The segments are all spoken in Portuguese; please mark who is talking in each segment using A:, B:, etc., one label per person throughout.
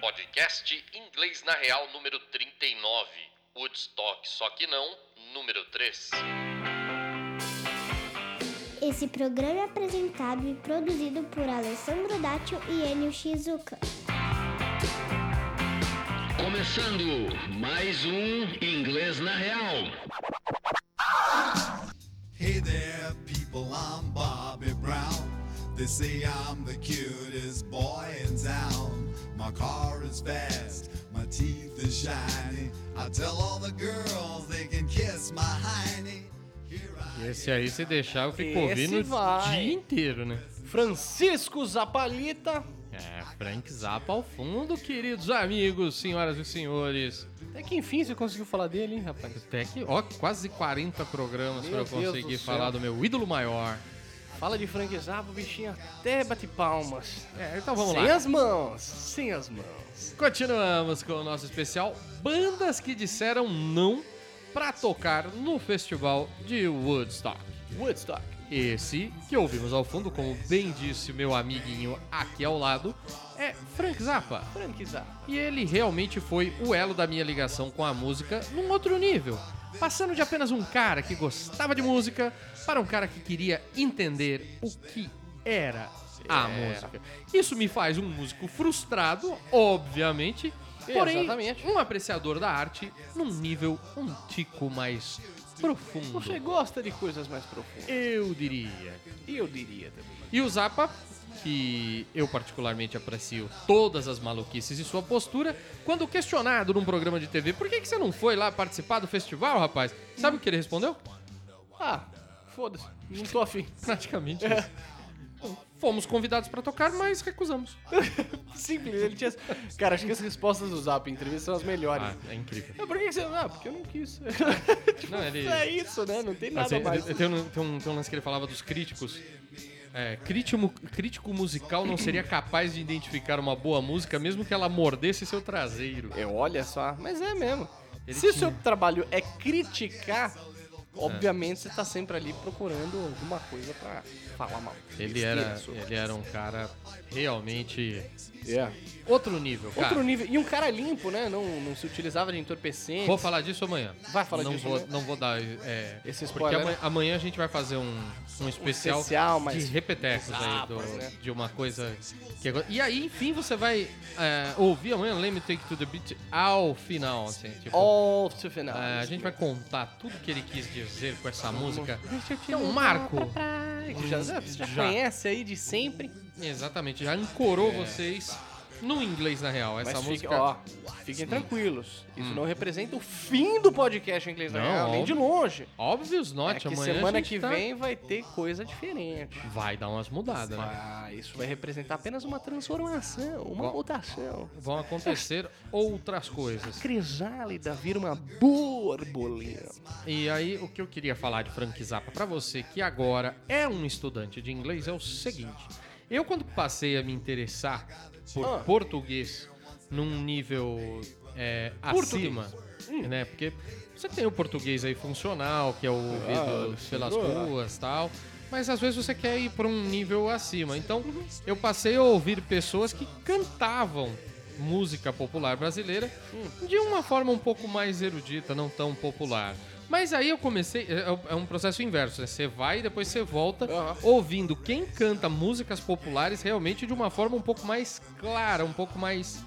A: podcast Inglês na Real número 39, Woodstock, só que não, número 3.
B: Esse programa é apresentado e produzido por Alessandro Dátio e Enio Shizuka.
C: Começando mais um Inglês na Real.
D: Hey there, people, I'm Bobby Brown. They say I'm the cutest boy in town. My car is fast, my teeth are shiny. I tell all the girls they can kiss my hiney. Here I
E: Esse aí, se deixar, eu fico ouvindo
F: Esse vai.
E: o dia inteiro, né?
F: Francisco Zapalita.
E: É, Frank Zappa ao fundo, queridos amigos, senhoras e senhores.
F: Até que enfim você conseguiu falar dele, hein, rapaz?
E: Até que, ó, quase 40 programas pra
F: Meu
E: eu
F: Deus
E: conseguir
F: do céu.
E: falar do meu ídolo maior.
F: Fala de Frank Zappa, o bichinho até bate palmas.
E: É, então vamos
F: Sem
E: lá.
F: as mãos, sem as mãos.
E: Continuamos com o nosso especial Bandas que disseram não pra tocar no festival de Woodstock.
F: Woodstock.
E: Esse que ouvimos ao fundo, como bem disse meu amiguinho aqui ao lado, é Frank Zappa.
F: Frank Zappa.
E: E ele realmente foi o elo da minha ligação com a música num outro nível. Passando de apenas um cara que gostava de música para um cara que queria entender o que era a música. Isso me faz um músico frustrado, obviamente, porém
F: Exatamente.
E: um apreciador da arte num nível um tico mais profundo.
F: Você gosta de coisas mais profundas.
E: Eu diria.
F: Eu diria também.
E: E o Zappa, que eu particularmente aprecio todas as maluquices e sua postura, quando questionado num programa de TV, por que, que você não foi lá participar do festival, rapaz? Sabe o que ele respondeu?
F: Ah, foda-se. Não tô afim.
E: Praticamente
F: É.
E: isso. Fomos convidados pra tocar, mas recusamos.
F: Simples, ele tinha. Cara, acho que as respostas do Zappa em entrevista são as melhores.
E: Ah, é incrível.
F: Ah, Por que que você. Ah, porque eu não quis.
E: Não, ele...
F: É isso, né? Não tem nada
E: Assim,
F: mais.
E: tem, um, tem, um, tem um lance que ele falava dos críticos. É, crítico, crítico musical não seria capaz de identificar uma boa música, mesmo que ela mordesse seu traseiro.
F: Eu olha só, mas é mesmo.
E: Ele
F: Se o
E: tinha.
F: seu trabalho é criticar, obviamente você tá sempre ali procurando alguma coisa pra falar mal.
E: Ele
F: Besteira
E: era,
F: sua.
E: ele era um cara realmente
F: Yeah.
E: outro nível, cara.
F: Outro nível. E um cara limpo, né? Não, não se utilizava de entorpecente.
E: Vou falar disso amanhã.
F: Vai falar
E: não
F: disso
E: vou,
F: amanhã?
E: Não vou dar... É,
F: Esse
E: porque
F: spoiler.
E: amanhã, amanhã a gente vai fazer um, um especial,
F: especial, mas-
E: de repetecos aí, do-
F: Zapas, né?
E: de uma coisa... Que... agora- E aí, enfim, você vai é, ouvir amanhã Let Me Take You To The Beat ao final, assim, tipo...
F: All to final.
E: é, a gente vai contar tudo que ele quis dizer com essa música. Que é um marco.
F: Que já, já, já
E: Já.
F: conhece aí de sempre.
E: Exatamente, já ancorou vocês no inglês, na real. Essa
F: É. mas
E: música... Hum.
F: fiquem, ó, fiquem tranquilos. Isso não representa o fim do podcast em inglês na
E: Não,
F: real, nem
E: óbvio.
F: de longe.
E: Óbvios
F: É
E: not,
F: que
E: amanhã
F: semana
E: a gente
F: que
E: tá-
F: vem vai ter coisa diferente.
E: Vai dar umas mudadas, né?
F: Ah, isso vai representar apenas uma transformação, uma
E: Bom.
F: mutação.
E: Vão acontecer outras coisas.
F: Crisálida vira uma borboleta.
E: E aí, o que eu queria falar de Frank Zappa pra você, que agora é um estudante de inglês, é o seguinte. Eu, quando passei a me interessar por
F: Ah.
E: português num nível é, acima, né? Porque você tem o português aí funcional, que é o ouvido pelas ruas e tal. Mas às vezes você quer ir pra um nível acima. Então, eu passei a ouvir pessoas que cantavam música popular brasileira de uma forma um pouco mais erudita, não tão popular. Mas aí eu comecei, é é um processo inverso, né? Você vai e depois você volta
F: Aham.
E: ouvindo quem canta músicas populares realmente de uma forma um pouco mais clara, um pouco mais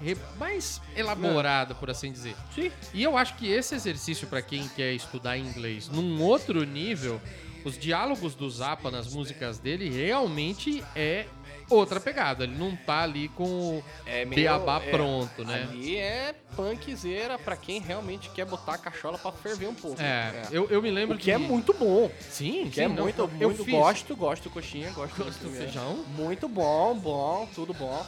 E: re- mais elaborada, por assim dizer.
F: Sim.
E: E eu acho que esse exercício pra quem quer estudar inglês num outro nível, os diálogos do Zappa nas músicas dele realmente é outra pegada. Ele não tá ali com o
F: É meio-
E: beabá
F: é,
E: pronto, né?
F: Ali é punkzeira pra quem realmente quer botar a cachola pra ferver um pouco.
E: É, Eu, eu me lembro
F: O que é
E: de-
F: muito bom.
E: Sim,
F: Que
E: sim,
F: é
E: não,
F: muito,
E: eu
F: muito
E: fiz.
F: gosto, gosto coxinha, gosto,
E: Gosto do
F: muito mesmo.
E: feijão. Né?
F: Muito bom, bom, tudo bom.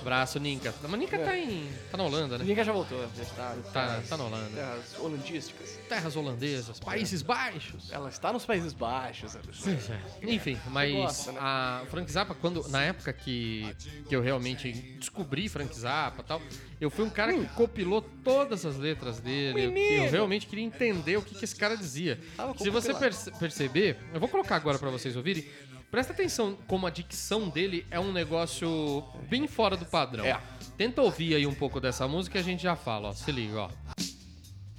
E: Abraço, Ninka. Mas Ninka
F: É.
E: tá em. tá na Holanda, né?
F: Ninguém já voltou, já está.
E: Tá, tá na Holanda.
F: Terras holandísticas.
E: Terras holandesas, Países Baixos.
F: Ela está nos Países Baixos. Anderson.
E: É. Enfim, mas
F: gosta, né?
E: a Frank Zappa, quando, na época que, que eu realmente descobri Frank Zappa e tal, eu fui um cara que copilou todas as letras dele. eu- que Eu,
F: Hum. Menino!
E: realmente queria entender o que, que esse cara dizia.
F: Tava com
E: Se você
F: copilado.
E: perce- perceber, eu vou colocar agora pra vocês ouvirem. Presta atenção como a dicção dele é um negócio bem fora do padrão.
F: É.
E: Tenta ouvir aí um pouco dessa música e a gente já fala, ó. Se liga, ó.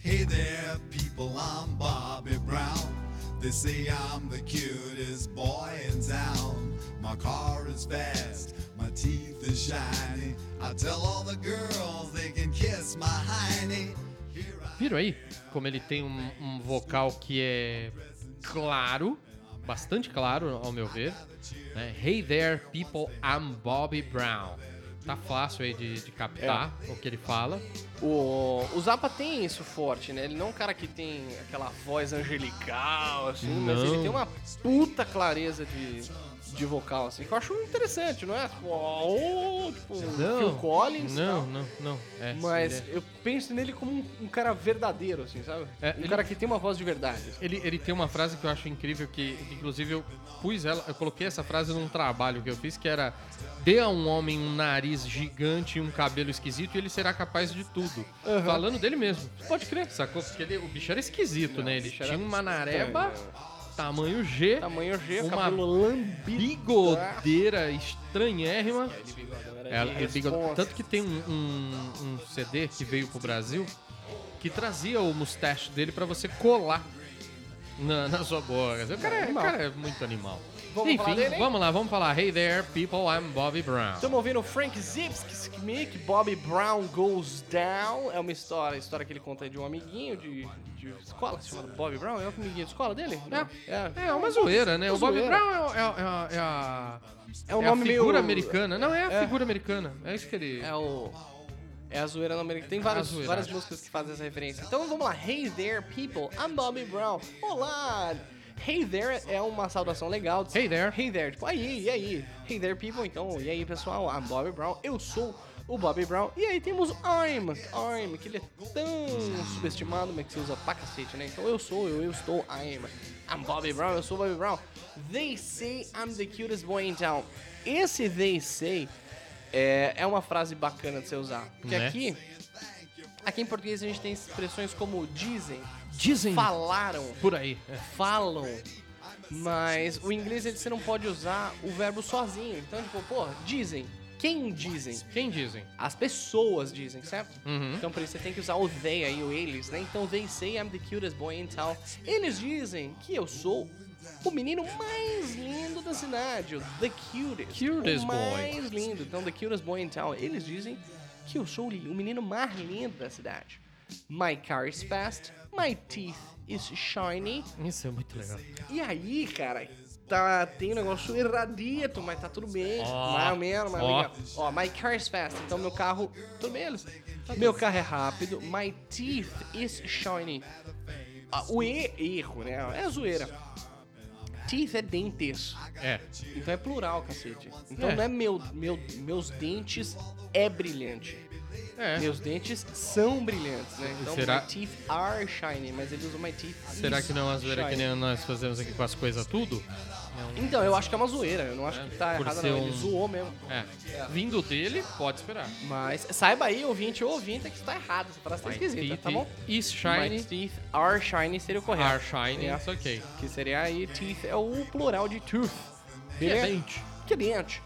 D: Hey there, people, I'm Bobby Brown. They say I'm the cutest boy in town. My car is fast, my teeth are shiny. I tell all the girls they can kiss my hiney. Here I
E: Viram aí como ele tem um, um vocal que é claro, bastante claro, ao meu ver. né? Hey there, people, I'm Bobby Brown. Tá fácil aí de, de captar
F: É.
E: o que ele fala.
F: O, o Zappa tem isso forte, né? Ele não é um cara que tem aquela voz angelical, assim, mas
E: Não.
F: ele tem uma puta clareza de, de vocal, assim, que eu acho interessante, não é? Tipo, oh, tipo Phil Collins. e
E: não,
F: tal.
E: não, não. É,
F: Mas
E: ele,
F: eu penso nele como um, um cara verdadeiro, assim, sabe?
E: É,
F: um
E: ele-
F: cara que tem uma voz de verdade.
E: é- ele, ele tem uma frase que eu acho incrível, que que, inclusive eu pus ela, eu coloquei essa frase num trabalho que eu fiz, que era dê a um homem um nariz gigante e um cabelo esquisito e ele será capaz de tudo. Falando dele mesmo. Pode crer. Sacou? Porque ele, o bicho era esquisito, né? Ele
F: bicho era né?
E: tinha uma nareba, tamanho G,
F: Tamanho G,
E: Uma
F: cabelo lambido.
E: bigodeira estranhérrima. É,
F: Era
E: é bigode.
F: irresponsa.
E: Tanto que tem um, um- um CD que veio pro Brasil que trazia o mustache dele pra você colar na, na sua boca. O cara, é- o
F: Animal.
E: cara é muito animal.
F: Vamos
E: Enfim,
F: falar dele, hein?
E: vamos lá, vamos falar. Hey there, people, I'm Bobby Brown.
F: Estamos ouvindo Frank Zipsk's Make Bobby Brown Goes Down. É uma história, a história que ele conta de um amiguinho de, de escola, chamado Bobby Brown. É o amiguinho de escola dele?
E: É uma zoeira, né? O Bobby
F: zoeira.
E: Brown é, é- é- é a,
F: É um
E: é a
F: nome meio-
E: figura americana. Não, é a figura americana. É isso que ele...
F: É o. É a zoeira no americano. Tem
E: A
F: várias,
E: zoeira.
F: várias músicas que fazem essa referência. Então vamos lá. Hey there, people. I'm Bobby Brown. Olá! Hey there é uma saudação legal. de-
E: Hey there.
F: Hey there. Tipo, aí, e aí? Hey there, people. Então, e aí, pessoal? I'm Bobby Brown. Eu sou o Bobby Brown. E aí temos I'm. I'm, que ele é tão subestimado, mas que se usa pra cacete, né? Então eu sou, eu, eu estou, I'm. I'm Bobby Brown, eu sou Bobby Brown. They say I'm the cutest boy in town. Esse they say é, é uma frase bacana de você usar. Porque
E: Né?
F: aqui, aqui em português a gente tem expressões como dizem,
E: Dizem
F: falaram,
E: por aí. É.
F: falam. Mas o inglês ele, você não pode usar o verbo sozinho. Então, tipo, pô, dizem. Quem dizem?
E: É. Quem dizem?
F: As pessoas dizem, certo?
E: Uhum.
F: Então por isso você tem que usar o they aí, o eles, né? Então they say I'm the cutest boy in town. Eles dizem que eu sou o menino mais lindo da cidade, o the cutest.
E: Cutest
F: o
E: boy.
F: mais lindo. Então the cutest boy in town. Eles dizem que eu sou o menino mais lindo da cidade. My car is fast, my teeth is shiny.
E: Isso é muito legal.
F: E aí, cara, tá, tem um negócio erradito, mas tá tudo bem.
E: Ó,
F: mais ou menos, mais ou
E: ó.
F: menos. Ó, my car is fast, então meu carro, tudo bem. Elis. Meu carro é rápido, my teeth is shiny. Ah, o E, erro, né? É zoeira. Teeth é dentes.
E: É.
F: Então é plural, cacete. Então
E: É.
F: não é meu, meu, meus dentes é brilhante.
E: É.
F: Meus dentes são brilhantes, né? Então
E: Será-
F: my teeth are shiny, mas ele usa my teeth
E: Será
F: is
E: que não é uma zoeira que
F: shiny.
E: nem nós fazemos aqui com as coisas tudo?
F: Então, eu acho que é uma zoeira, eu não acho
E: É,
F: que tá
E: por
F: errado
E: ser
F: não, ele
E: um-
F: zoou mesmo.
E: É. Vindo dele, pode esperar.
F: Mas saiba aí, ouvinte ou ouvinte, que isso tá errado, essa frase tá esquisita,
E: Teeth
F: tá bom?
E: Is
F: My
E: shiny,
F: teeth are shiny seria o correto.
E: are shiny,
F: É,
E: isso ok.
F: Que seria aí, teeth é o plural de tooth.
E: Que é
F: Beleza?
E: dente.
F: Que dente.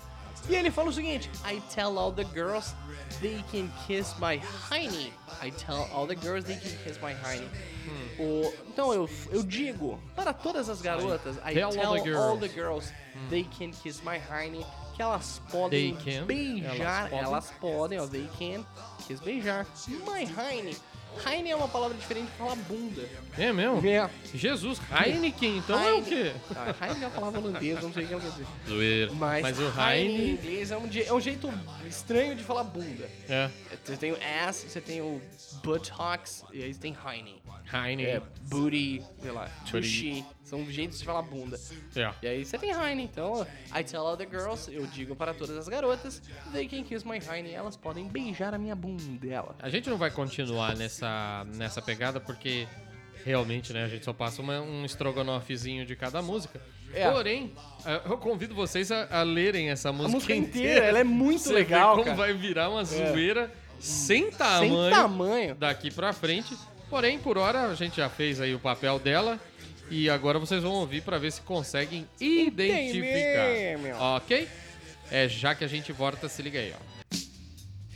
F: E ele fala o seguinte, I tell all the girls they can kiss my hiney. I tell all the girls they can kiss my hiney.
E: Hmm.
F: O- então eu, eu digo para todas as garotas, I tell, all the girls, they can kiss my hiney, que elas podem
E: Hmm. They can,
F: beijar,
E: elas
F: elas podem, ó, they can kiss beijar my hiney. Hiney é uma palavra diferente pra falar bunda.
E: É mesmo?
F: É.
E: Jesus, Heineken, então é o quê?
F: Ah, Heine é uma palavra holandesa, não sei o que é ela quer dizer.
E: Zoeira.
F: Mas,
E: Mas o
F: Heine em
E: Heine...
F: inglês é um, je- é um jeito estranho de falar bunda.
E: É.
F: Você tem o ass, você tem o buttocks, e aí você tem Heine.
E: Heine.
F: É,
E: É.
F: booty, sei lá, tushy. São jeitos de falar bunda.
E: É.
F: E aí você tem Heine, então I tell all the girls, eu digo para todas as garotas, they can kiss my Heine, elas podem beijar a minha bundela.
E: A gente não vai continuar nessa, nessa pegada porque... Realmente, né? A gente só passa uma- um estrogonofezinho de cada música.
F: É.
E: Porém, eh, eu convido vocês a, a lerem essa
F: A
E: música,
F: música inteira, ela é muito
E: Você vê
F: legal,
E: como
F: cara. É.
E: vai virar uma zoeira sem tamanho.
F: Sem tamanho.
E: daqui pra frente. Porém, por hora, a gente já fez aí o papel dela. E agora vocês vão ouvir pra ver se conseguem identificar.
F: meu.
E: Ok? É já que a gente volta, se liga aí, ó.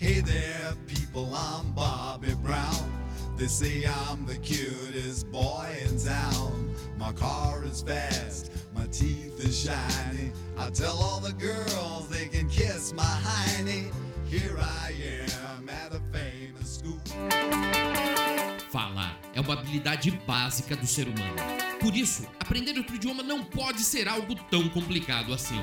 D: Hey there, people, I'm Bobby Brown. They say I'm the cutest boy in town. My car is fast, my teeth is shiny. I tell all the girls they can kiss my hiney. Here I am at a famous school.
G: Falar é uma habilidade básica do ser humano. Por isso, aprender outro idioma não pode ser algo tão complicado assim.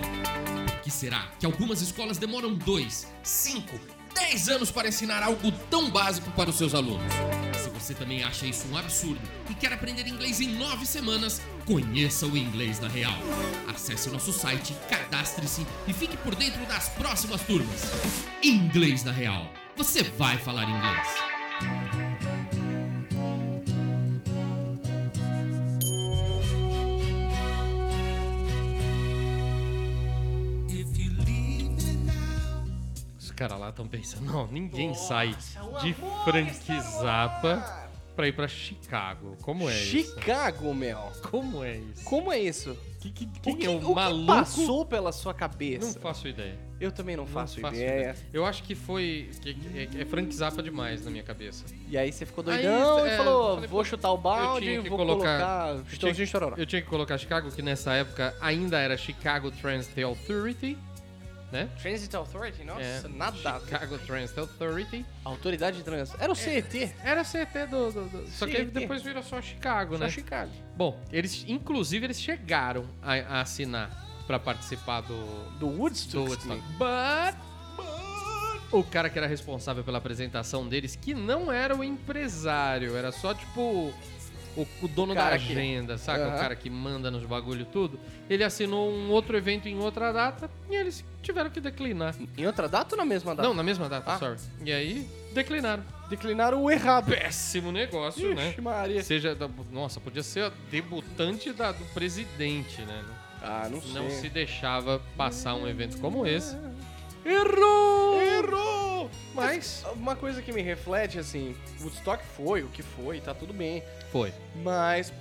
G: Por que será que algumas escolas demoram 2, 5, 10 anos para ensinar algo tão básico para os seus alunos? Se você também acha isso um absurdo e quer aprender inglês em 9 semanas, conheça o Inglês na Real. Acesse o nosso site, cadastre-se e fique por dentro das próximas turmas. Inglês na Real. Você vai falar inglês.
E: Os caras lá estão pensando, não, ninguém sai
F: é
E: de Franquizapa pra ir pra Chicago. Como é isso?
F: Chicago, meu.
E: Como é isso?
F: Como é isso?
E: Que, que,
F: O
E: quem
F: que,
E: é
F: o
E: o,
F: que
E: maluco?
F: passou pela sua
E: Não
F: cabeça?
E: faço ideia.
F: Eu também não
E: Não
F: faço,
E: faço
F: ideia. é.
E: Eu acho que foi. que- que- é, é Frank Zappa demais na minha cabeça.
F: E aí você ficou
E: Aí,
F: doidão e
E: é,
F: falou,
E: eu falei,
F: vou chutar o balde,
E: tinha que
F: vou
E: colocar-
F: colocar...
E: eu
F: Chitãozinho
E: tinha-
F: e Chororó.
E: Eu tinha que colocar Chicago, que nessa época ainda era Chicago Transit Authority, né?
F: Transit Authority? Nossa,
E: É,
F: nada. a ver. É.
E: Chicago Transit Authority.
F: Autoridade de trânsito. Era o CET.
E: Era CT do. do- do- só que aí
F: CT.
E: depois virou só Chicago,
F: Só
E: né?
F: Chicago.
E: Bom, eles, inclusive, eles chegaram a, a assinar pra participar do.
F: Do
E: do
F: Woodstock.
E: Woodstock. But. O cara que era responsável pela apresentação deles, que não era o empresário, era só tipo. O, o dono
F: O cara
E: da
F: que-
E: agenda, saca?
F: Aham.
E: O cara que manda nos bagulho tudo. Ele assinou um outro evento em outra data e eles tiveram que declinar.
F: Em outra data ou na mesma data?
E: Não, na mesma data,
F: Ah.
E: sorry. E aí, declinaram.
F: Declinaram o errado.
E: Péssimo negócio, né?
F: Ixi, Maria.
E: Seja da- nossa, podia ser a debutante da- do presidente, né?
F: Ah, não sei.
E: Não se deixava passar um evento como esse.
F: Errou! Errou!
E: Mas-
F: Mas uma coisa que me reflete, assim, Woodstock foi o que foi, tá tudo bem.
E: Foi.
F: Mas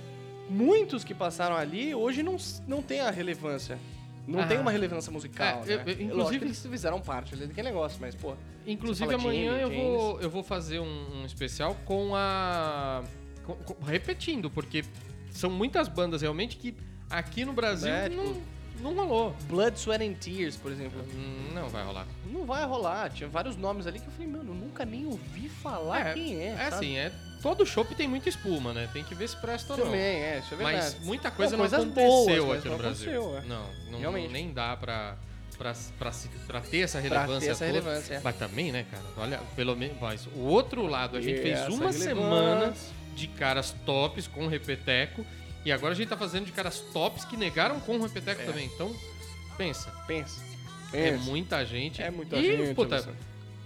F: muitos que passaram ali hoje não, s- não tem a relevância. Não
E: Ah.
F: tem uma relevância musical,
E: É,
F: né?
E: eu- eu- inclusive-
F: Lógico que eles fizeram parte ali daquele negócio, mas, pô...
E: Inclusive
F: Você fala
E: amanhã eu
F: Jimmy,
E: vou, eu vou fazer um, um especial com a. com- com- repetindo, porque são muitas bandas realmente que aqui no Brasil
F: Né,
E: não, não rolou.
F: Blood, Sweat and Tears, por exemplo.
E: Hum, Não vai rolar.
F: Não vai rolar. Tinha vários nomes ali que eu falei, mano, eu nunca nem ouvi falar quem é,
E: é
F: sabe?
E: assim, é. Todo chopp tem muita espuma, né? Tem que ver se presta ou não.
F: Também, é, isso é verdade.
E: Mas muita coisa
F: Não,
E: não,
F: coisas
E: aconteceu aqui
F: boas, mas
E: no
F: não
E: Brasil.
F: aconteceu, é.
E: Não, não-
F: Realmente.
E: nem dá pra, pra, pra, se- pra ter essa
F: Pra ter
E: relevância
F: essa
E: toda.
F: relevância, é.
E: Mas também, né, cara? Olha, pelo menos. Mas o outro lado, a gente
F: E
E: fez
F: essa
E: uma
F: relevância.
E: semana de caras tops com repeteco. E agora a gente tá fazendo de caras tops que negaram com
F: É.
E: repeteco também. Então, pensa.
F: Pensa.
E: É
F: Pensa.
E: muita gente.
F: É muita
E: e,
F: gente,
E: Puta,
F: Luciano.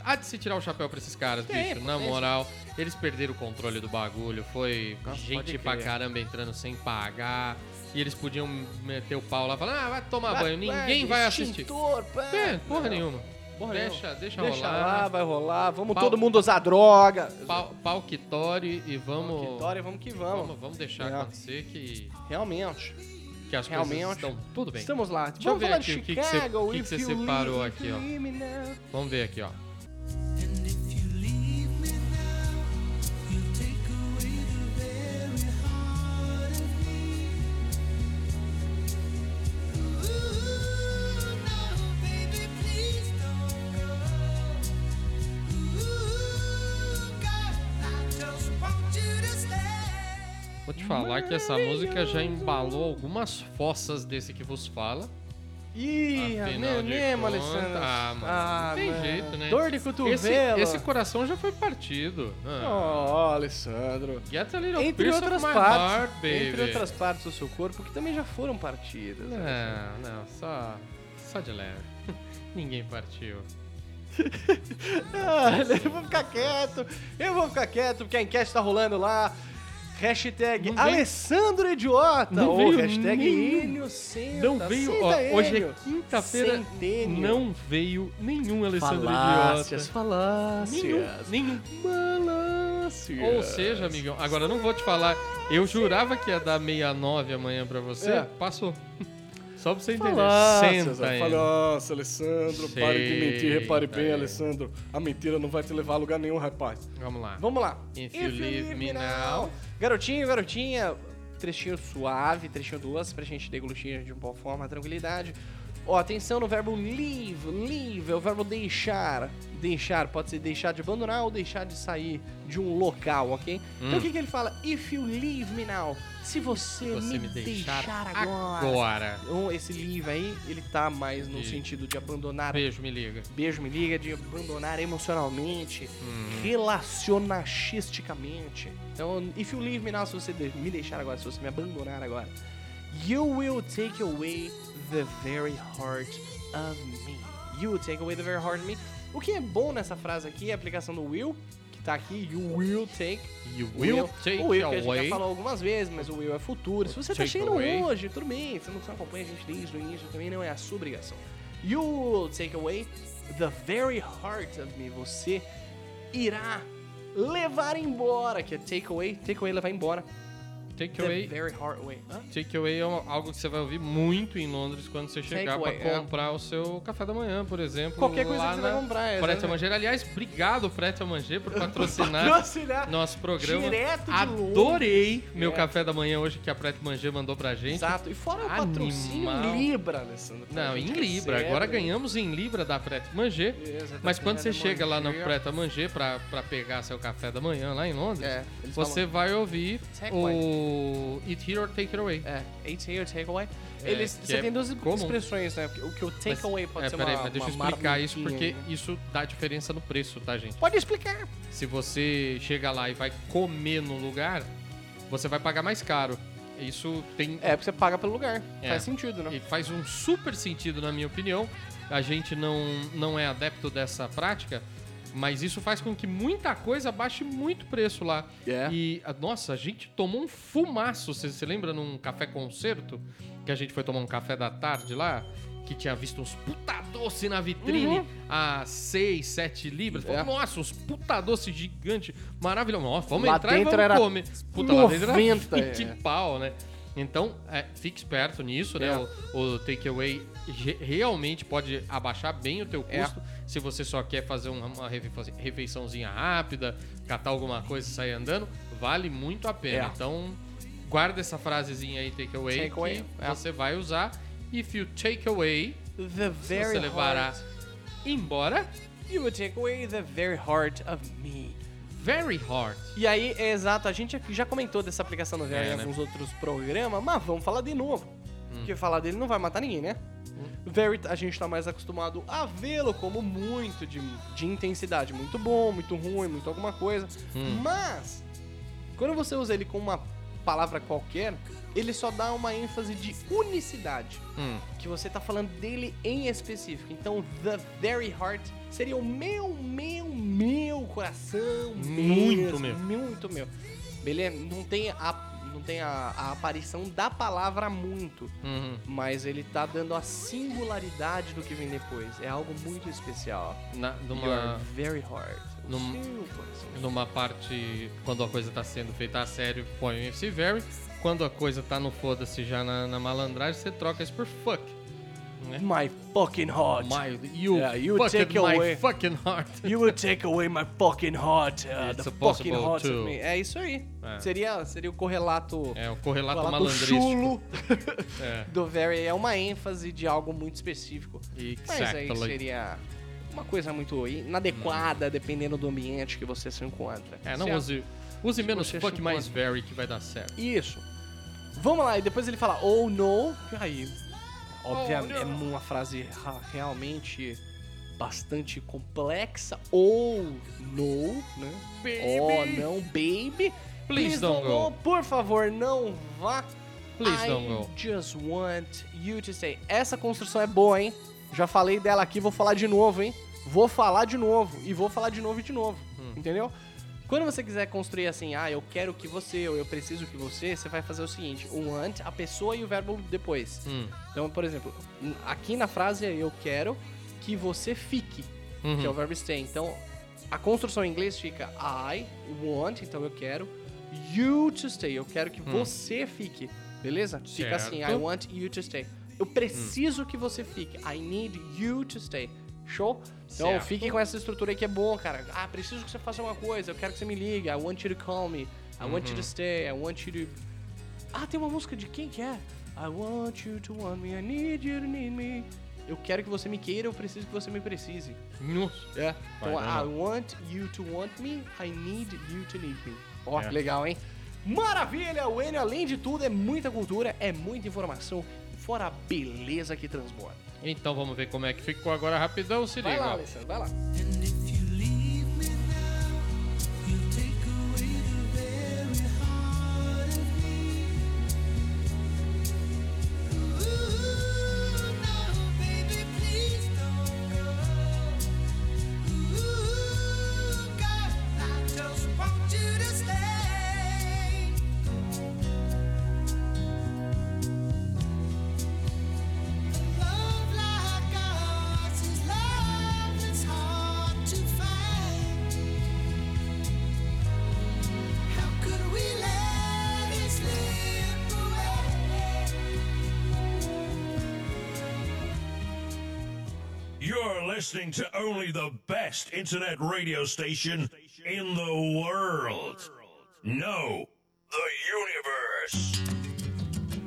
E: há de se tirar o chapéu pra esses caras,
F: Tem,
E: bicho.
F: pô,
E: Na
F: tem.
E: moral, eles perderam o controle do bagulho. Foi
F: Nossa, pode
E: gente pra
F: crer.
E: caramba entrando sem pagar. E eles podiam meter o pau lá e falar, ah, vai tomar banho. Ninguém
F: Apaga,
E: vai assistir.
F: extintor, pá.
E: É, porra
F: né? Não,
E: nenhuma.
F: porra
E: deixa,
F: nenhuma.
E: deixa
F: Deixa
E: rolar.
F: lá, vai rolar. Vamos
E: Pau-
F: todo mundo usar droga.
E: Pau, pau que tore e vamos...
F: Que Dória, vamos que vamos.
E: Vamos, vamos deixar
F: É.
E: acontecer que,
F: Realmente.
E: que as
F: Realmente.
E: coisas estão tudo bem.
F: Estamos lá.
E: Deixa eu
F: vamos
E: ver
F: falar
E: aqui
F: de
E: o que que você-
F: Chicago.
E: o que que
F: if
E: você
F: you
E: separou
F: leave
E: aqui, ó.
F: me now.
E: Vamos ver aqui, ó. Vou te falar que essa música já embalou algumas fossas desse que vos fala.
F: Ih, é
E: Afinal de
F: mesmo,
E: conta-
F: Alessandro.
E: Ah, mano, não tem jeito, né?
F: Dor de cotovelo.
E: Esse, esse coração já foi partido. Ah.
F: Oh, Alessandro.
E: Get a little
F: Entre
E: piece of
F: outras
E: my
F: partes.
E: heart, baby. É.
F: entre outras partes do seu corpo que também já foram partidas. Alessandro.
E: Não, não, só, só de leve. Ninguém partiu.
F: Ah, eu vou ficar quieto, eu vou ficar quieto, porque a enquete tá rolando lá. Hashtag
E: Não veio-
F: Alessandro Idiota
E: Não
F: ou
E: veio
F: hashtag
E: nenhum.
F: Enio Senta.
E: Não veio,
F: Senta,
E: ó, hoje é
F: Enio.
E: quinta-feira,
F: tá Centênio.
E: não veio nenhum Alessandro
F: Falácias,
E: Idiota. Nenhum,
F: falácias.
E: nenhum.
F: Falácias.
E: Ou seja, amigão, agora eu não vou te falar. Eu jurava que ia dar 69 amanhã pra você.
F: É.
E: Passou. Só pra você entender.
H: Falácias,
E: Senta
H: ela
E: aí.
H: fala, nossa, Alessandro, pare de mentir, repare bem,
E: Senta.
H: Alessandro. A mentira não vai te levar a lugar nenhum, rapaz.
E: Vamos lá.
F: Vamos lá.
E: If you leave me now.
F: Garotinho, garotinha. Trechinho suave, trechinho doce, pra gente deglutir de boa forma, tranquilidade. Ó, atenção no verbo leave, leave, é o verbo deixar. Deixar, pode ser deixar de abandonar ou deixar de sair de um local, ok?
H: Hum.
F: Então o que, que ele fala? If you leave me now. Se você,
E: Você
F: me, deixar, agora.
E: agora.
F: Então, esse leave aí, ele tá mais no
E: E-
F: sentido de abandonar
E: Beijo, me liga.
F: beijo me liga, de abandonar emocionalmente,
E: Uhum.
F: relacionasticamente. Então, if you leave me now, se você de- me deixar agora, se você me abandonar agora, you will take away the very heart of me. You will take away the very heart of me. O que é bom nessa frase aqui é a aplicação do will, que tá aqui, you will take.
E: You will take
F: o will que a gente já
E: away.
F: falou algumas vezes, mas o will é futuro. Se você tá
E: Take
F: chegando
E: away.
F: hoje, tudo bem. Você não só acompanha a gente desde o início, também não é a sua obrigação. You will take away the very heart of me. Você irá levar embora, que é take away, take away, levar embora.
E: Take
F: The
E: away.
F: very heart away. Hã?
E: Takeaway é uma- algo que você vai ouvir muito em Londres quando você chegar
F: Takeaway,
E: pra
F: é.
E: comprar o seu café da manhã, por exemplo.
F: Qualquer coisa
E: lá
F: que você vai
E: na
F: comprar, é,
E: Frete
F: exatamente.
E: Amangeira. Aliás, obrigado, Frete Amangeira, por patrocinar
F: Patrocinar.
E: nosso programa.
F: Direto de
E: Adorei meu
F: É.
E: café da manhã hoje que a Frete Manger mandou pra gente.
F: Exato. E fora o patrocínio
E: Animal.
F: em Libra, Alessandro. tá?
E: Não,
F: A
E: em
F: gente
E: Libra.
F: recebe.
E: Agora ganhamos em Libra da Frete Manger.
F: Beleza,
E: Mas
F: tá
E: quando
F: Frete
E: você chega lá no
F: Manger.
E: Frete Manger pra, pra pegar seu café da manhã lá em Londres,
F: É, eles
E: você vai ouvir
F: Takeaway.
E: o Eat Here or Take It Away.
F: É, eat here, take away.
E: É,
F: Eles,
E: que
F: você
E: é
F: tem duas
E: comum.
F: expressões, né? O que o take
E: Mas-
F: away pode
E: é,
F: ser uma
E: peraí, mas deixa eu
F: uma
E: explicar isso porque
F: marmitinha, né?
E: isso dá diferença no preço, tá, gente?
F: Pode explicar.
E: Se você chega lá e vai comer no lugar, você vai pagar mais caro. Isso tem
F: É, porque você paga pelo lugar.
E: É.
F: Faz sentido, né?
E: e faz um super sentido na minha opinião. A gente não não é adepto dessa prática, mas isso faz com que muita coisa baixe muito preço lá.
F: É.
E: E a- nossa, a gente tomou um fumaço, você se lembra num café concerto que a gente foi tomar um café da tarde lá? Que tinha visto uns puta doce na vitrine a 6, 7 libras. Falou,
F: Uhum. É.
E: Nossa, uns puta doce gigante, maravilhoso. Nossa, vamos
F: Lá
E: entrar e
F: dentro
E: vamos
F: era
E: comer. Puta, lá dentro era
F: 90,
E: 20
F: é.
E: pau, né? Então, é, fique esperto nisso, né?
F: É.
E: O, o takeaway ge- realmente pode abaixar bem o teu
F: É.
E: custo se você só quer fazer uma, uma refe- refeiçãozinha rápida, catar alguma coisa e sair andando, vale muito a pena.
F: É.
E: Então, guarda essa frasezinha aí, takeaway,
F: Take away,
E: que
F: é.
E: você vai usar. If you take away,
F: The very
E: você levará
F: heart.
E: embora.
F: You will take away the very heart of me.
E: Very hard.
F: E aí, é exato, a gente já comentou dessa aplicação do Very
E: É, né?
F: em
E: Hum.
F: alguns outros programas, mas vamos falar de novo. Porque falar dele não vai matar ninguém, né? Very, a gente tá mais acostumado a vê-lo como muito de, de intensidade, muito bom, muito ruim, muito alguma coisa.
E: Hum.
F: Mas, quando você usa ele com uma palavra qualquer, ele só dá uma ênfase de unicidade.
E: Hum.
F: Que você tá falando dele em específico. Então, the very heart seria o meu, meu, meu coração.
E: Muito
F: mesmo,
E: meu.
F: Muito meu. Beleza? Não tem a, não tem a, a aparição da palavra muito.
E: Uhum.
F: Mas ele tá dando a singularidade do que vem depois. É algo muito especial.
E: Na, numa,
F: Your very heart. O
E: num-
F: seu coração.
E: numa parte quando a coisa tá sendo feita a sério, põe o FC Very. Quando a coisa tá no foda-se já na, na malandragem, você troca isso por fuck.
F: My fucking heart.
E: né? My, you
F: Yeah, you
E: fucking
F: take
E: my
F: away.
E: fucking heart.
F: You will take away my fucking heart. uh,
E: It's
F: the
E: possible
F: fucking heart
E: to-
F: of me. É isso aí.
E: É.
F: Seria, seria o correlato.
E: É, o correlato
F: correlato
E: malandrístico.
F: chulo
E: É,
F: do Very. É uma ênfase de algo muito específico. Mas aí
E: exactly.
F: seria uma coisa muito inadequada, dependendo do ambiente que você se encontra.
E: É, não
F: Certo?
E: use. Use menos
F: você
E: fuck
F: se
E: mais
F: encontra.
E: very que vai dar certo.
F: Isso. Vamos lá, e depois ele fala, oh no. E aí, obviamente,
E: Oh,
F: é uma frase ra- realmente bastante complexa. Oh no, né? Oh não, baby.
E: Please don't go.
F: Por favor, não vá.
E: Please
F: I
E: don't go.
F: just want you to stay. Essa construção é boa, hein? Já falei dela aqui, vou falar de novo, hein? Vou falar de novo, e vou falar de novo e de novo,
E: Hum.
F: entendeu? Quando você quiser construir assim, ah, eu quero que você, ou eu preciso que você, você vai fazer o seguinte, o want, a pessoa e o verbo depois.
E: Hum.
F: Então, por exemplo, aqui na frase é, eu quero que você fique,
E: Uhum.
F: que é o verbo stay. Então, a construção em inglês fica I want, então eu quero you to stay, eu quero que você fique. Beleza? Fica assim, I
E: Hum. Certo.
F: want you to stay. Eu preciso que você fique. I need you to stay. Show? Então
E: Certo.
F: fiquem com essa estrutura aí que é bom, cara. Ah, preciso que você faça alguma coisa. Eu quero que você me ligue. I want you to call me. I want you to stay. I want you to. Ah, tem uma música de quem que é? I want you to want me. I need you to need me. Eu quero que você me queira. Eu preciso que você me precise.
E: Nossa.
F: É. Então,
E: Vai, vai,
F: I want you to want me, I need you to need me. Ó,
E: É.
F: que legal, hein? Maravilha! O N, além de tudo, é muita cultura, é muita informação, fora a beleza que transborda.
E: Então vamos ver como é que ficou agora rapidão, se
F: Vai lá,
E: liga.
F: Alessandro, vai lá.
I: You're listening to only the best internet radio station in the world. No, the universe.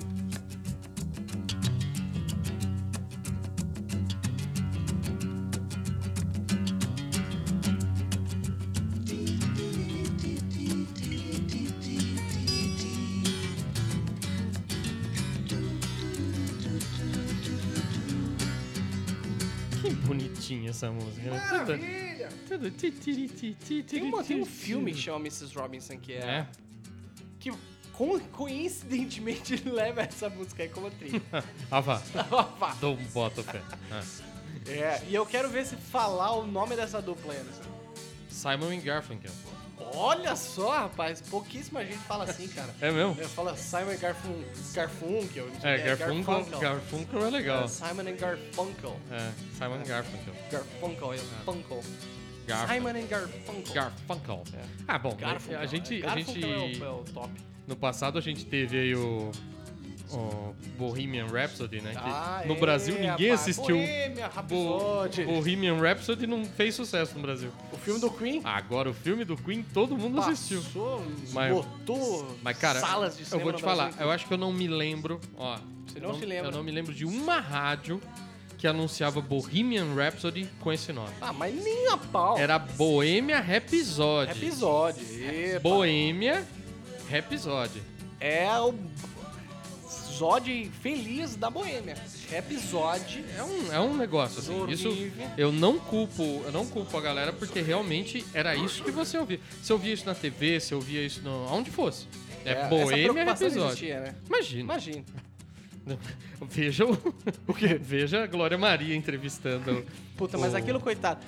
E: Que bonitinha essa música, né? Maravilha! Tudo, tudo, tiri, tiri, tiri,
F: Tem, uma- tem um
E: tiri,
F: filme que
E: tiri.
F: chama Mrs. Robinson, que é.
E: É?
F: Que co- coincidentemente leva essa música aí como trilha.
E: Ah, vá.
F: Vá.
E: Dou um bota fé. Ah.
F: é, e eu quero ver se falar o nome dessa dupla aí, Alessandro.
E: Simon e Garfunkel.
F: Olha só, rapaz, pouquíssima gente fala assim, cara.
E: É mesmo?
F: Eu falo Simon e Garfun Garfunkel. não sei
E: É,
F: o que,
E: Garfunkel, Garfunkel é legal.
F: É, Simon and Garfunkel.
E: É, Simon e Garfunkel.
F: Garfunkel, é Funkel.
E: Garf-
F: Simon and Garfunkel.
E: Garfunkel. Ah, bom,
F: Garfunkel,
E: a gente,
F: é.
E: a
F: Garfunkel
E: gente
F: é, o, é o top.
E: no passado a gente teve aí o, o Bohemian Rhapsody, né? Que
F: Ah,
E: no
F: é,
E: Brasil ninguém
F: rapaz.
E: assistiu.
F: Bohemia,
E: Bo-
F: Rhapsody.
E: Bohemian Rhapsody não fez sucesso no Brasil.
F: O filme do Queen
E: Agora o filme do Queen todo mundo Ah, assistiu.
F: passou,
E: Mas-
F: botou
E: Mas, cara,
F: salas de
E: eu
F: cinema
E: vou te
F: no Brasil
E: falar, eu acho que eu não me lembro, ó.
F: Você não se lembra.
E: Eu não me lembro de uma rádio que anunciava Bohemian Rhapsody com esse nome.
F: Ah, mas nem a pau.
E: Era Bohemia Rhapsody.
F: episódio. epa.
E: Bohemia Rhapsody.
F: É o Zod feliz da Boêmia. Episódio.
E: É um, é um negócio, assim. Isso
F: Horrível.
E: eu não culpo, eu não culpo a galera porque realmente era isso que você ouvia. Você ouvia isso na TV, você ouvia isso no, aonde fosse. É,
F: essa
E: Bohemia
F: preocupação não
E: Rhapsody.
F: existia, né?
E: Imagina.
F: Imagina.
E: Veja o, o quê? Veja a Glória Maria entrevistando.
F: Puta, mas
E: o-
F: aquilo, coitado.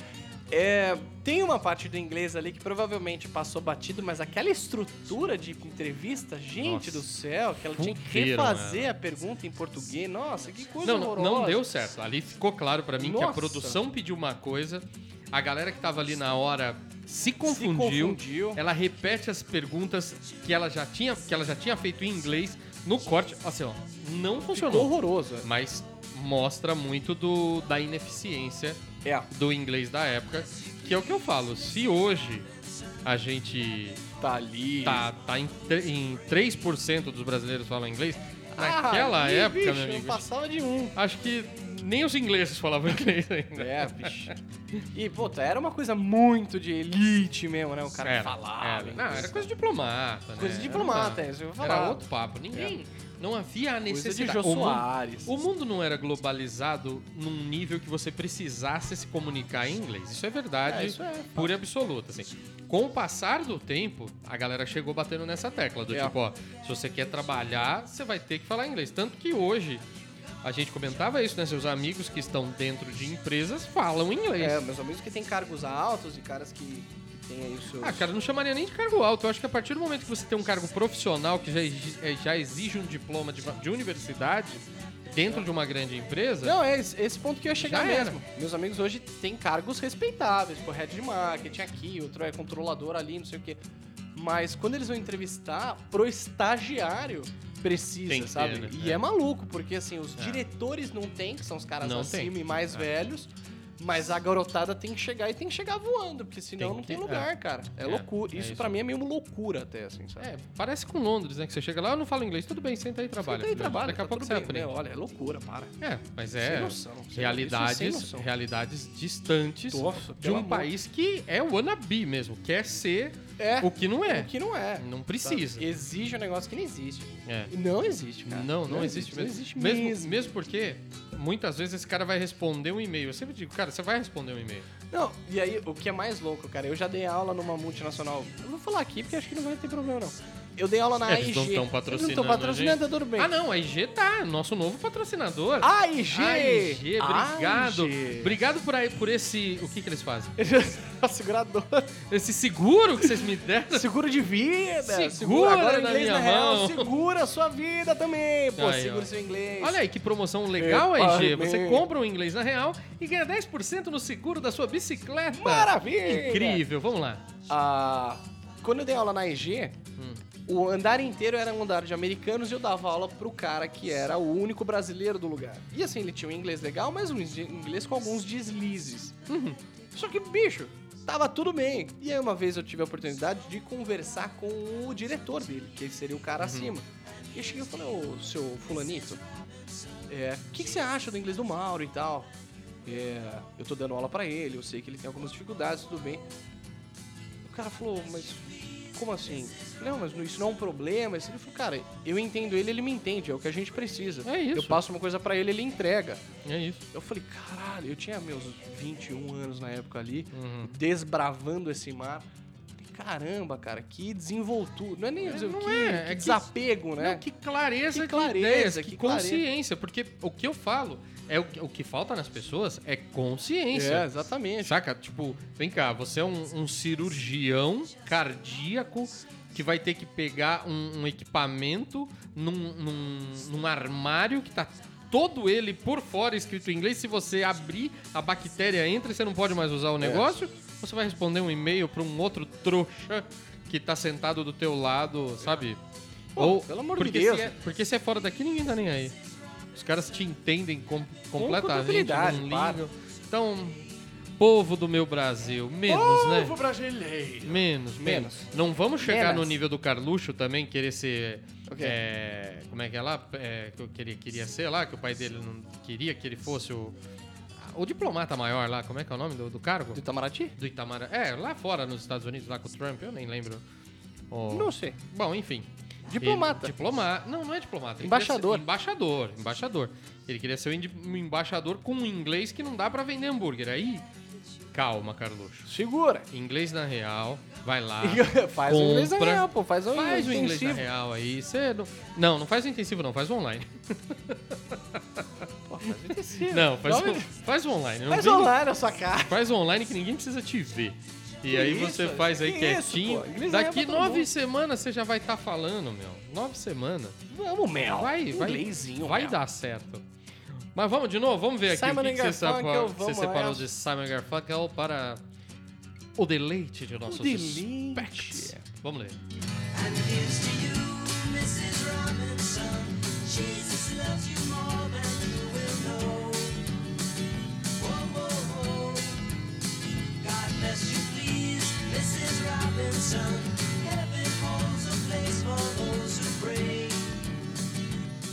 F: É, tem uma parte do inglês ali que provavelmente passou batido, mas aquela estrutura de entrevista, gente
E: Nossa.
F: do céu, que ela tinha que
E: Fuqueira,
F: refazer a pergunta em português. Nossa, que coisa
E: Não, não,
F: horrorosa.
E: não deu certo. Ali ficou claro pra mim que a
F: Nossa.
E: produção pediu uma coisa, a galera que tava ali na hora se
F: Se
E: confundiu.
F: confundiu.
E: Ela repete as perguntas que ela já tinha, que ela já tinha feito em inglês no corte. Assim, ó, não
F: Ficou
E: funcionou.
F: horroroso.
E: Mas mostra muito do, da ineficiência
F: É,
E: do inglês da época, que é o que eu falo. Se hoje a gente
F: tá ali.
E: tá, tá em, tre- em 3% dos brasileiros falam inglês,
F: Ah,
E: naquela
F: ali,
E: época,
F: bicho,
E: meu
F: Não
E: amigo,
F: passava de um.
E: acho que nem os ingleses falavam inglês ainda.
F: É, bicho. E, puta, era uma coisa muito de elite mesmo, né? O cara
E: Era,
F: falava.
E: era.
F: hein?
E: Não, era coisa de diplomata, né?
F: Coisa de diplomata,
E: Era,
F: isso eu ia
E: era
F: falar. É.
E: outro papo. Ninguém... Não havia a
F: Coisa de
E: necessidade.
F: Jô
E: O mundo-
F: Soares.
E: O mundo não era globalizado num nível que você precisasse se comunicar em inglês. Isso é verdade
F: É, isso é.
E: pura e absoluta. assim. Com o passar do tempo, a galera chegou batendo nessa tecla do
F: É.
E: tipo, ó, se você quer trabalhar, você vai ter que falar inglês. Tanto que hoje a gente comentava isso, né? Seus amigos que estão dentro de empresas falam inglês.
F: É, meus amigos que tem cargos altos e caras que, que tem aí os seus...
E: Ah, cara, eu não chamaria nem de cargo alto. Eu acho que a partir do momento que você tem um cargo profissional que já exi- eh, já exige um diploma de, va- de universidade dentro de uma grande empresa,
F: Não, é esse, esse ponto que eu ia chegar
E: Já era.
F: mesmo. Meus amigos hoje têm cargos respeitáveis, tipo head de marketing aqui, outro é controlador ali, não sei o quê. Mas quando eles vão entrevistar pro estagiário, precisa,
E: Tem que
F: sabe?
E: ter, né?
F: E é.
E: É.
F: maluco, porque assim, os
E: É.
F: diretores não tem, que são os caras
E: Não
F: acima
E: tem.
F: e mais
E: É.
F: velhos. Mas a garotada tem que chegar e tem que chegar voando, porque
E: Tem
F: senão não
E: que-
F: tem lugar,
E: é.
F: cara. É,
E: É,
F: loucura.
E: é
F: Isso,
E: isso.
F: pra mim é meio uma loucura até, assim, sabe?
E: É, parece com Londres, né? Que você chega lá, eu não falo inglês, tudo bem, senta aí e trabalha.
F: Senta aí,
E: filho.
F: trabalha,
E: Daqui a
F: tá
E: pouco
F: tudo
E: você
F: bem,
E: aprende.
F: né? Olha, é loucura, para.
E: É, mas é
F: Sem noção, sem noção. Isso é sem
E: realidades,
F: noção.
E: realidades distantes
F: Nossa,
E: de
F: pelo
E: um
F: amor.
E: país que é o wannabe mesmo, quer ser
F: É.
E: o que não é.
F: O que não é.
E: Não precisa.
F: Sabe? Exige um negócio que não existe.
E: É.
F: E Não existe, cara.
E: Não, não, existe,
F: Não
E: mesmo.
F: existe
E: mesmo,
F: mesmo.
E: mesmo porque muitas vezes esse cara vai responder um e-mail. Eu sempre digo, cara, você vai responder um e-mail.
F: Não, e aí, o que é mais louco, cara, eu já dei aula numa multinacional. Eu vou falar aqui porque acho que não vai ter problema, não. Eu dei aula na
E: É, eles
F: IG.
E: não tão
F: Eles não
E: patrocinando
F: estão
E: a
F: patrocinando,
E: gente.
F: tá tudo bem.
E: Ah, não, a IG tá, nosso novo patrocinador.
F: AIG!
E: AIG, obrigado.
F: AIG.
E: Obrigado por, aí- por esse. O que, que eles fazem?
F: A seguradora.
E: Esse seguro que vocês me deram.
F: Seguro de vida.
E: Segura
F: Agora o
E: na
F: inglês
E: minha
F: na real.
E: mão.
F: Segura a sua vida também. Pô,
E: Aí,
F: segura
E: ó.
F: seu inglês.
E: Olha aí que promoção legal,
F: Epa,
E: EG. Você
F: meu.
E: compra um inglês na real e ganha 10% no seguro da sua bicicleta.
F: Maravilha!
E: É. Incrível, vamos lá.
F: Ah, quando eu dei aula na IG, o andar inteiro era um andar de americanos e eu dava aula pro cara que era o único brasileiro do lugar. E assim, ele tinha um inglês legal, mas um inge- inglês com alguns deslizes. Só que, bicho, tava tudo bem. E aí uma vez eu tive a oportunidade de conversar com o diretor dele, que seria o
E: Uhum.
F: cara acima. E eu cheguei e falei, ô, seu fulanito, é, o que, que você acha do inglês do Mauro e tal? É, eu tô dando aula pra ele, eu sei que ele tem algumas dificuldades, tudo bem. O cara falou, mas como assim? Não, mas isso não é um problema. Ele falou, cara, eu entendo ele, ele me entende, é o que a gente precisa.
E: É isso.
F: Eu passo uma coisa pra ele, ele entrega.
E: É isso.
F: Eu falei, caralho, eu tinha meus 21 anos na época ali,
E: Uhum.
F: desbravando esse mar. Falei, Caramba, cara, que desenvoltura. Não é nem dizer,
E: não
F: que,
E: é,
F: que
E: é que-
F: desapego, né?
E: Não, é que clareza,
F: Que
E: que
F: clareza,
E: de ideias, que,
F: que clareza.
E: consciência. Porque o que eu falo é o, que- o que falta nas pessoas é consciência.
F: É, exatamente.
E: Saca? Tipo, vem cá, você é um, um cirurgião cardíaco que vai ter que pegar um, um equipamento num, num- num armário que tá todo ele por fora escrito em inglês. Se você abrir, a bactéria entra e você não pode mais usar o
F: É.
E: negócio. Ou Você vai responder um e-mail pra um outro trouxa que tá sentado do teu lado, sabe?
F: Pô, pelo amor de
E: porque
F: Deus.
E: Se é, porque se é fora daqui, ninguém tá nem aí. Os caras te entendem com, completamente.
F: contabilidade,
E: não
F: claro.
E: ligam. Então, povo do meu Brasil, menos, né?
F: brasileiro.
E: Menos, menos,
F: Menos.
E: Não vamos chegar
F: Menos.
E: no nível do Carluxo também, querer ser.
F: O quê?
E: é, como é que é lá? É, que eu queria, queria ser lá, que o pai dele não queria que ele fosse o. O diplomata maior lá, como é que é o nome do, do cargo?
F: Do Itamaraty?
E: Do Itamara. É, lá fora nos Estados Unidos, lá com o Trump, eu nem lembro. O-
F: Não sei.
E: Bom, enfim.
F: Diplomata.
E: Ele, diploma... Não, não é diplomata. Ele
F: Embaixador.
E: queria ser- Embaixador, embaixador. Ele queria ser um indi- um embaixador com um inglês que não dá pra vender hambúrguer. Aí, calma, Carluxo.
F: Segura.
E: Inglês na real, vai lá.
F: faz o inglês na
E: Ah, compra,
F: real, pô. Faz o
E: Faz o inglês na
F: intensivo.
E: real aí. Você não... não, não faz o intensivo não, faz o online.
F: Pô, faz o intensivo.
E: Não, faz
F: Então,
E: o, faz o online. Não
F: Faz
E: vem-
F: online a sua cara.
E: Faz online que ninguém precisa te ver. E aí
F: isso,
E: você faz aí
F: que isso,
E: quietinho.
F: pô. Inglês na
E: Daqui
F: real pra todo
E: nove
F: mundo.
E: semanas você já vai estar falando, meu. Nove semanas.
F: Vamos, Mel.
E: Vai, vai.
F: Inglesinho,
E: vai
F: Mel.
E: dar certo. Mas vamos de novo, vamos ver aqui
F: Simon
E: o que, que
F: and
E: você, sabe,
F: Garfunkel,
E: você
F: vamos
E: separou
F: lá.
E: de Simon Garfunkel para o deleite de nossos
F: deleite.
E: specs. Vamos ler.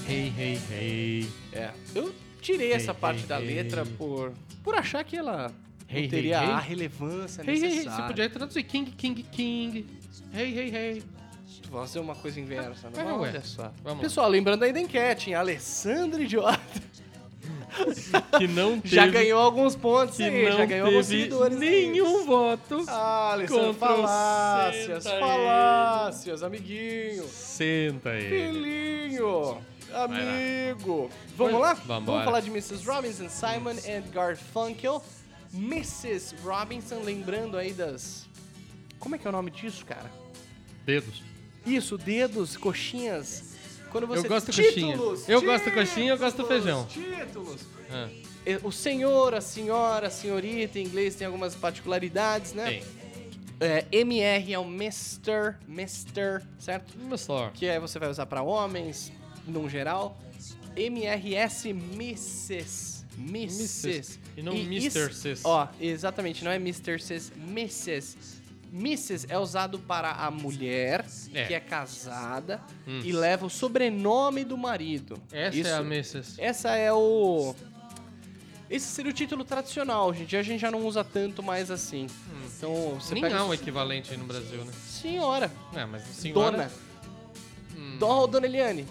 E: Hey, hey, hey.
F: É. Eu tirei essa
E: Hey,
F: parte
E: hey,
F: da
E: hey.
F: letra por por achar que ela não
E: Hey, hey,
F: teria
E: hey.
F: a relevância
E: Hey, hey, hey.
F: necessária.
E: Você podia traduzir King, King, King. Hey, hey, hey.
F: fazer é uma coisa inversa, né?
E: Ah,
F: Olha
E: ué.
F: só.
E: Vamos lá.
F: Pessoal, lembrando aí da enquete, hein? Alessandro Idiota
E: Que não teve,
F: já ganhou alguns pontos
E: que
F: aí,
E: não
F: já ganhou alguns
E: teve
F: seguidores. aí.
E: nenhum voto.
F: Ah, Alessandro,
E: Ctrl-C,
F: falácias,
E: tá aí.
F: falácias, amiguinho.
E: Senta aí.
F: Filhinho! Amigo! Vamos lá? Vamos
E: Vambora.
F: falar de Mrs. Robinson, Simon and Garfunkel. Mrs. Robinson, lembrando aí das. Como é que é o nome disso, cara?
E: Dedos.
F: Isso, dedos, coxinhas. Quando você
E: Eu gosto de
F: títulos,
E: coxinha. Eu gosto de
F: títulos,
E: coxinha, eu gosto de feijão.
F: Títulos.
E: Ah,
F: É, O senhor, a senhora, a senhorita, em inglês tem algumas particularidades, né?
E: tem.
F: É, MR é o Mr. Mr. certo?
E: Uma só.
F: Que aí você vai usar pra homens, no geral. MRS Mrs. Mrs.
E: E não
F: is-
E: Mr. Cis.
F: Ó, exatamente, não é Mr. Cis, Mrs. Mrs. é usado para a mulher
E: É.
F: que é casada e leva o sobrenome do marido.
E: Essa
F: Isso-
E: é a Mrs.
F: Essa é o... Esse seria o título tradicional, gente. A gente já não usa tanto mais assim. Então, você
E: Hum. Nem
F: pega...
E: há um equivalente aí no Brasil, né?
F: Senhora.
E: Não, mas senhora...
F: Dona. Dó- Dona Eliane.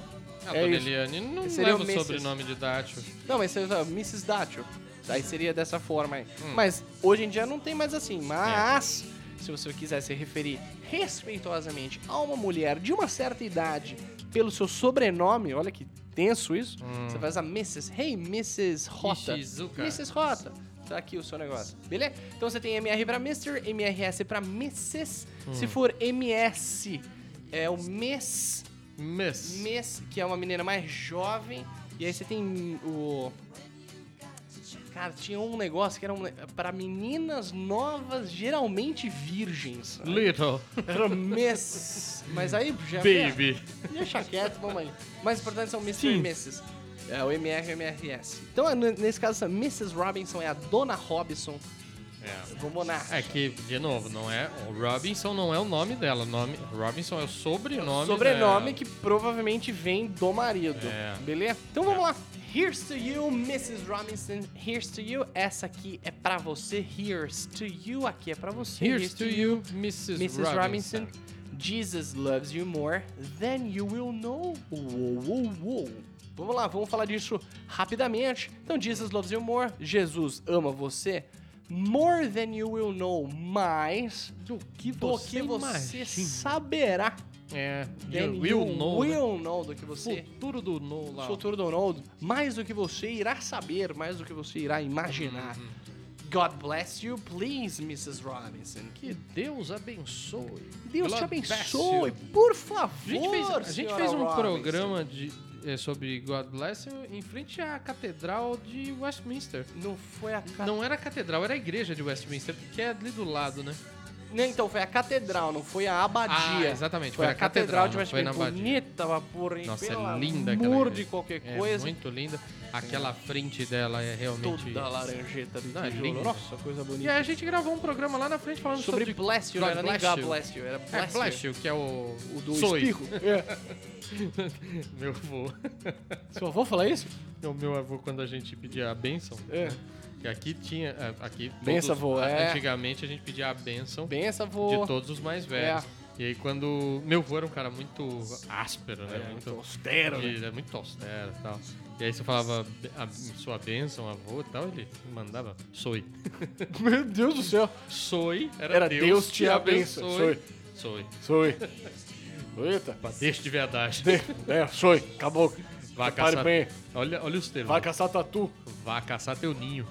E: Ah,
F: É
E: Hum. Dona
F: isso.
E: Eliane não
F: Seria
E: leva
F: o
E: o
F: Mrs.
E: sobrenome de Dátio.
F: Não, mas seria Mrs. Datio. Aí seria dessa forma aí.
E: Hum.
F: Mas hoje em dia não tem mais assim. Mas,
E: É.
F: se você quiser se referir respeitosamente a uma mulher de uma certa idade pelo seu sobrenome, olha que tenso isso, você faz a Mrs. Hey, Mrs. Rota.
E: Hum. Ishizuka.
F: Mrs. Rota. Tá aqui o seu negócio, beleza? Então você tem MR pra Mr., MRS pra Mrs.
E: Hum.
F: Se for MS, é o Miss.
E: Miss.
F: Miss, que é uma menina mais jovem. E aí você tem o. Cara, tinha um negócio que era um, ne- para meninas novas, geralmente virgens.
E: Little.
F: Era Miss. Mas aí já. é
E: Baby.
F: Deixa quieto, mamãe. Mais importante são Mr. e Mrs. É o MR e o MRS. Então, n- nesse caso, essa Mrs. Robinson é a Dona Robinson.
E: É.
F: Vamos
E: É que, de novo, não é. o Robinson não é o nome dela. o Nome, Robinson é o sobrenome.
F: Sobrenome
E: dela.
F: que provavelmente vem do marido.
E: É.
F: Beleza? Então vamos lá. Here's to you, Mrs. Robinson. Here's to you. Essa aqui é pra você. Here's to you. Aqui é pra você.
E: Here's to you, Mrs.
F: Mrs.
E: Robinson.
F: Robinson. Jesus loves you more than you will know. Uou, uou, uou. Vamos lá, vamos falar disso rapidamente. Então, Jesus loves you more. Jesus ama você. More than you will know. Mais
E: Do que
F: do
E: você,
F: que você
E: imagina.
F: saberá.
E: É.
F: Then
E: You will know. né?
F: um Will know do que você.
E: Futuro do know lá.
F: Futuro Donald, mais do que você irá saber, mais do que você irá imaginar.
E: Uhum.
F: God bless you, please, Mrs. Robinson.
E: Que Deus abençoe.
F: Deus
E: God
F: te
E: bless
F: abençoe,
E: you.
F: por
E: A
F: favor.
E: gente fez, a gente
F: senhora
E: fez um
F: Robinson.
E: programa de, é, sobre God Bless You em frente à Catedral de Westminster.
F: Não foi a ca... não.
E: Não era a catedral, era a igreja de Westminster, que é ali do lado, né?
F: então foi a catedral, não foi a abadia.
E: Ah, exatamente,
F: Foi,
E: foi
F: a
E: a
F: catedral,
E: catedral,
F: de
E: não foi na
F: Westminster.
E: abadia.
F: Bonita, mas porra, hein?
E: Nossa,
F: Pelo
E: é linda aquela
F: amor
E: igreja.
F: de qualquer
E: É
F: coisa.
E: muito linda. Aquela frente dela é realmente.
F: Toda laranjeta de
E: Não, é
F: tijolo.
E: linda.
F: Nossa,
E: E
F: coisa
E: aí
F: bonita.
E: a gente gravou um programa lá na frente falando sobre.
F: Sobre Bless You, não
E: God
F: era nem
E: bless
F: God
E: you.
F: Bless You, era
E: É,
F: Bless You.
E: Flash, que é o. O
F: do
E: Soy.
F: espirro. É.
E: Meu avô.
F: Seu avô fala isso?
E: O Então, meu avô, quando a gente pedia a benção.
F: É.
E: Que aqui tinha. a- Aqui,
F: Benção,
E: todos-
F: avô, é.
E: Antigamente a gente pedia a benção
F: Benção,
E: de
F: avô.
E: todos os mais velhos.
F: É.
E: E aí quando. Meu avô era um cara muito áspero,
F: É,
E: né? muito austero. Ele era muito austero e tal. E aí você falava a sua benção, avô e tal, ele mandava. Soy.
F: Meu Deus do céu.
E: Soy era,
F: Era Deus te abençoe.
E: abençoe. Soy.
H: Sou. Eita.
E: Deixa de verdade.
H: É, sou. Acabou.
E: Vai
H: Repare
E: caçar.
H: bem.
E: Olha, olha os termos.
H: Vai caçar tatu.
E: Vá caçar teu ninho.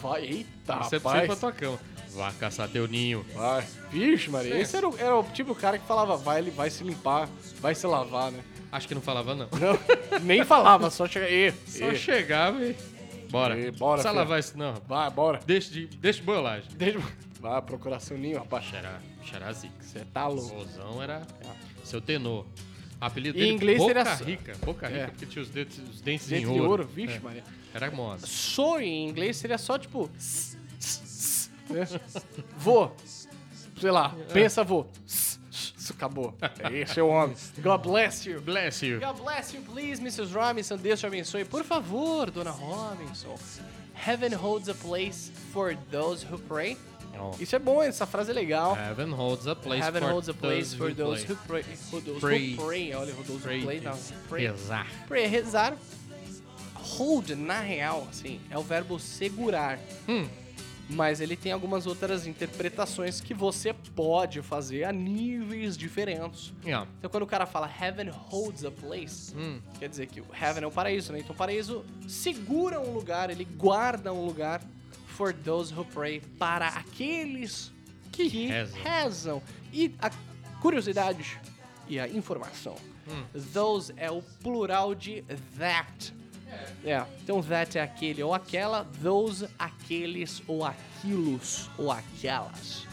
H: Vai. Eita,
F: Tá,
E: Isso é pra você ir pra
H: rapaz.
E: tua cama. Vá caçar teu ninho.
H: Vai. Vixe, Maria. Esse era o, era o tipo cara que falava vai, ele vai se limpar, vai se lavar, né?
E: Acho que não falava, não.
H: Não, nem falava, só chega. E,
E: Só
H: e.
E: chegava e. Bora.
H: E bora,
E: Precisa
H: filho.
E: lavar isso, não, rapaz.
H: Vai, bora.
E: Deixa de, deixa de boiolagem.
H: Deixa... Vai procurar seu ninho, rapaz.
E: Xará, xará Zix.
H: Você tá louco.
E: Vozão era seu tenor. Apelido
F: Em
E: dele,
F: inglês
E: Boca
F: seria só-
E: Rica. Boca Rica,
F: É.
E: porque tinha os dedos, os dentes,
H: Dente
E: em
H: de
E: ouro.
H: ouro, vixe, Maria.
E: Era moda.
F: Soy em inglês seria só tipo.
H: É. Vô. Sei lá, pensa, vô. Isso acabou. Esse é o homem.
F: God bless you.
E: Bless you.
F: God bless you, please, Mrs. Robinson. Deus te abençoe. Por favor, Dona Robinson. Heaven holds a place for those who pray.
E: Ó.
F: Isso é bom, essa frase é legal.
E: Heaven holds a place
F: Heaven
E: for
F: holds a
E: those
F: place for
E: who
F: those
E: play.
F: who pray. For those
E: Pray.
F: who pray. Olha, for those
E: Pray.
F: who play. Não, pray.
E: Rezar.
F: Pray, rezar. Hold, na real, assim, é o verbo segurar.
E: Hum.
F: Mas ele tem algumas outras interpretações que você pode fazer a níveis diferentes.
E: Yeah.
F: Então, quando o cara fala heaven holds a place,
E: Hum.
F: quer dizer que o heaven é o paraíso, né? Então, o paraíso segura um lugar, ele guarda um lugar for those who pray, para aqueles que,
E: rezam.
F: rezam. E a curiosidade e a informação. Those é o plural de that. É, então that é aquele ou aquela, those, aqueles ou aquilos ou aquelas.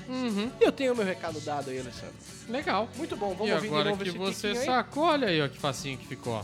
F: Eu tenho meu recado dado aí, Alessandro.
E: Legal.
F: Muito bom, vamos
E: E
F: ouvir de
E: agora
F: novo
E: que
F: esse
E: você
F: cliquinho aí.
E: sacou, olha aí ó, que facinho que ficou. ó.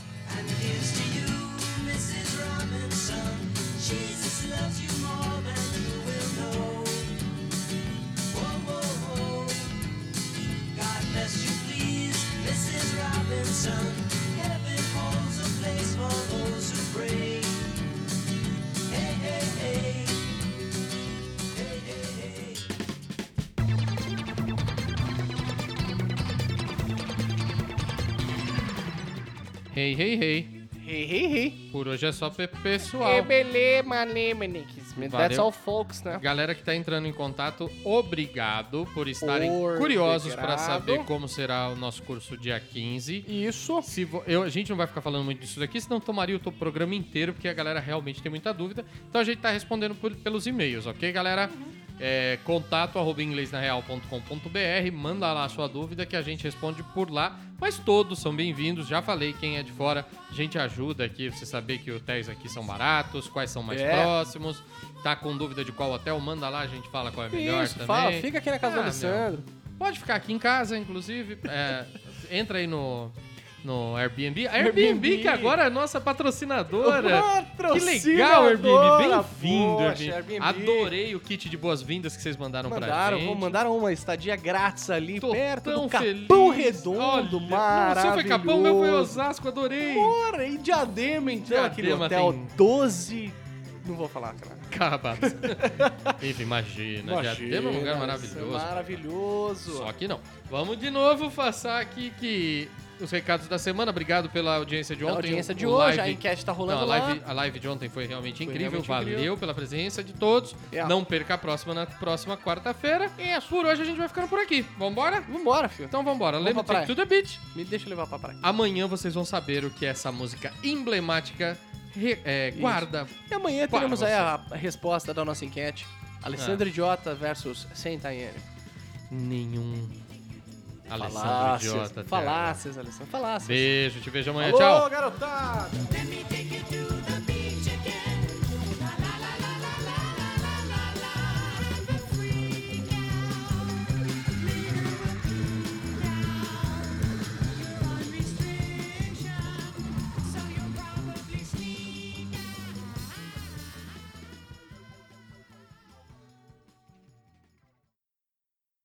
E: Hey, hey, hey.
F: Hey, hey, hey.
E: Por hoje é só pe- pessoal.
F: Ebele, mane, menix. That's
E: Valeu.
F: all, folks, né?
E: Galera que tá entrando em contato, obrigado por estarem
F: Obrigado.
E: curiosos para saber como será o nosso curso dia 15.
F: Isso.
E: Se vo- eu- a gente não vai ficar falando muito disso daqui, senão tomaria o to- programa inteiro, porque a galera realmente tem muita dúvida. Então a gente tá respondendo por- pelos e-mails, ok, galera?
F: Uhum.
E: É, contato arroba inglesnareal.com.br, manda lá a sua dúvida que a gente responde por lá. Mas todos são bem-vindos, já falei quem é de fora, a gente ajuda aqui pra você saber que hotéis aqui são baratos, quais são mais
F: É.
E: próximos. Tá com dúvida de qual hotel, manda lá, a gente fala qual é melhor
F: Isso,
E: também.
F: fala. Fica aqui na casa do
E: Ah,
F: Alessandro.
E: Pode ficar aqui em casa, inclusive. É, entra aí no, no Airbnb. A
F: Airbnb.
E: Airbnb, que agora é nossa patrocinadora. Que
F: Patrocinadora,
E: legal, Airbnb. Bem-vindo,
F: poxa,
E: Airbnb.
F: Airbnb.
E: Adorei o kit de boas-vindas que vocês mandaram pra
F: Mandaram,
E: gente.
F: vamos- mandaram uma estadia grátis ali,
E: Tô
F: perto
E: tão
F: do Capão
E: feliz.
F: Redondo,
E: Olha,
F: maravilhoso.
E: O seu foi Capão, o meu foi Osasco, adorei.
F: Ora, e Diadema, então, aquele
E: Diadema
F: hotel
E: tem-
F: 12... Não vou falar, cara.
E: Acabado. Enfim, imagina. Já teve um lugar maravilhoso.
F: é Maravilhoso.
E: Só que não. Vamos de novo passar aqui que os recados da semana. Obrigado pela audiência de
F: Pela
E: ontem.
F: audiência de
E: O
F: hoje, a enquete tá rolando
E: não, a live,
F: lá.
E: a live de ontem foi realmente incrível.
F: realmente
E: Valeu
F: incrível. É.
E: pela presença de todos.
F: Yeah.
E: Não perca a próxima na próxima quarta-feira. E é por hoje a gente vai ficando por aqui. Vambora?
F: Vambora, filho.
E: Então vambora.
F: Vamos
E: Lembra
F: pra praia.
E: to the beach.
F: Me deixa levar pra praia.
E: Amanhã vocês vão saber o que é essa música emblemática re- é, guarda.
F: E amanhã
E: Para
F: teremos
E: você.
F: aí a a resposta da nossa enquete.
E: É.
F: Alessandro Idiota versus Sentaiane.
E: Nenhum. Alessandro
F: Falácias.
E: Idiota. até agora.
F: Falácias, Alessandro. Falácias.
E: Beijo, te vejo amanhã.
F: Alô,
E: Tchau.
F: garotada!
J: Let me